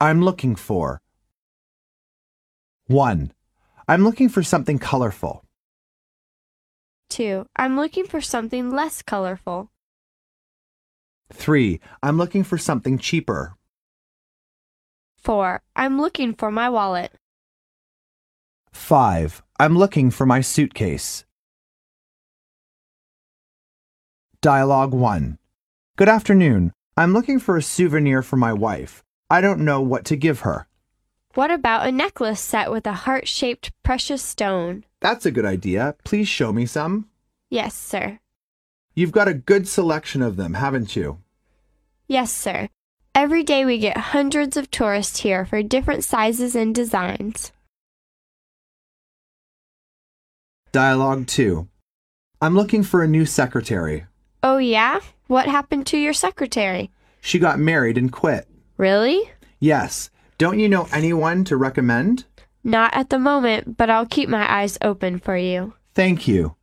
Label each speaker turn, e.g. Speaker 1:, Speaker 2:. Speaker 1: I'm looking for. 1. I'm looking for something colorful.
Speaker 2: 2. I'm looking for something less colorful.
Speaker 1: 3. I'm looking for something cheaper.
Speaker 2: 4. I'm looking for my wallet.
Speaker 1: 5. I'm looking for my suitcase. Dialogue 1. Good afternoon. I'm looking for a souvenir for my wife. I don't know what to give her.
Speaker 2: What about a necklace set with a heart shaped precious stone?
Speaker 1: That's a good idea. Please show me some.
Speaker 2: Yes, sir.
Speaker 1: You've got a good selection of them, haven't you?
Speaker 2: Yes, sir. Every day we get hundreds of tourists here for different sizes and designs.
Speaker 1: Dialogue 2. I'm looking for a new secretary.
Speaker 2: Oh, yeah? What happened to your secretary?
Speaker 1: She got married and quit.
Speaker 2: Really?
Speaker 1: Yes. Don't you know anyone to recommend?
Speaker 2: Not at the moment, but I'll keep my eyes open for you.
Speaker 1: Thank you.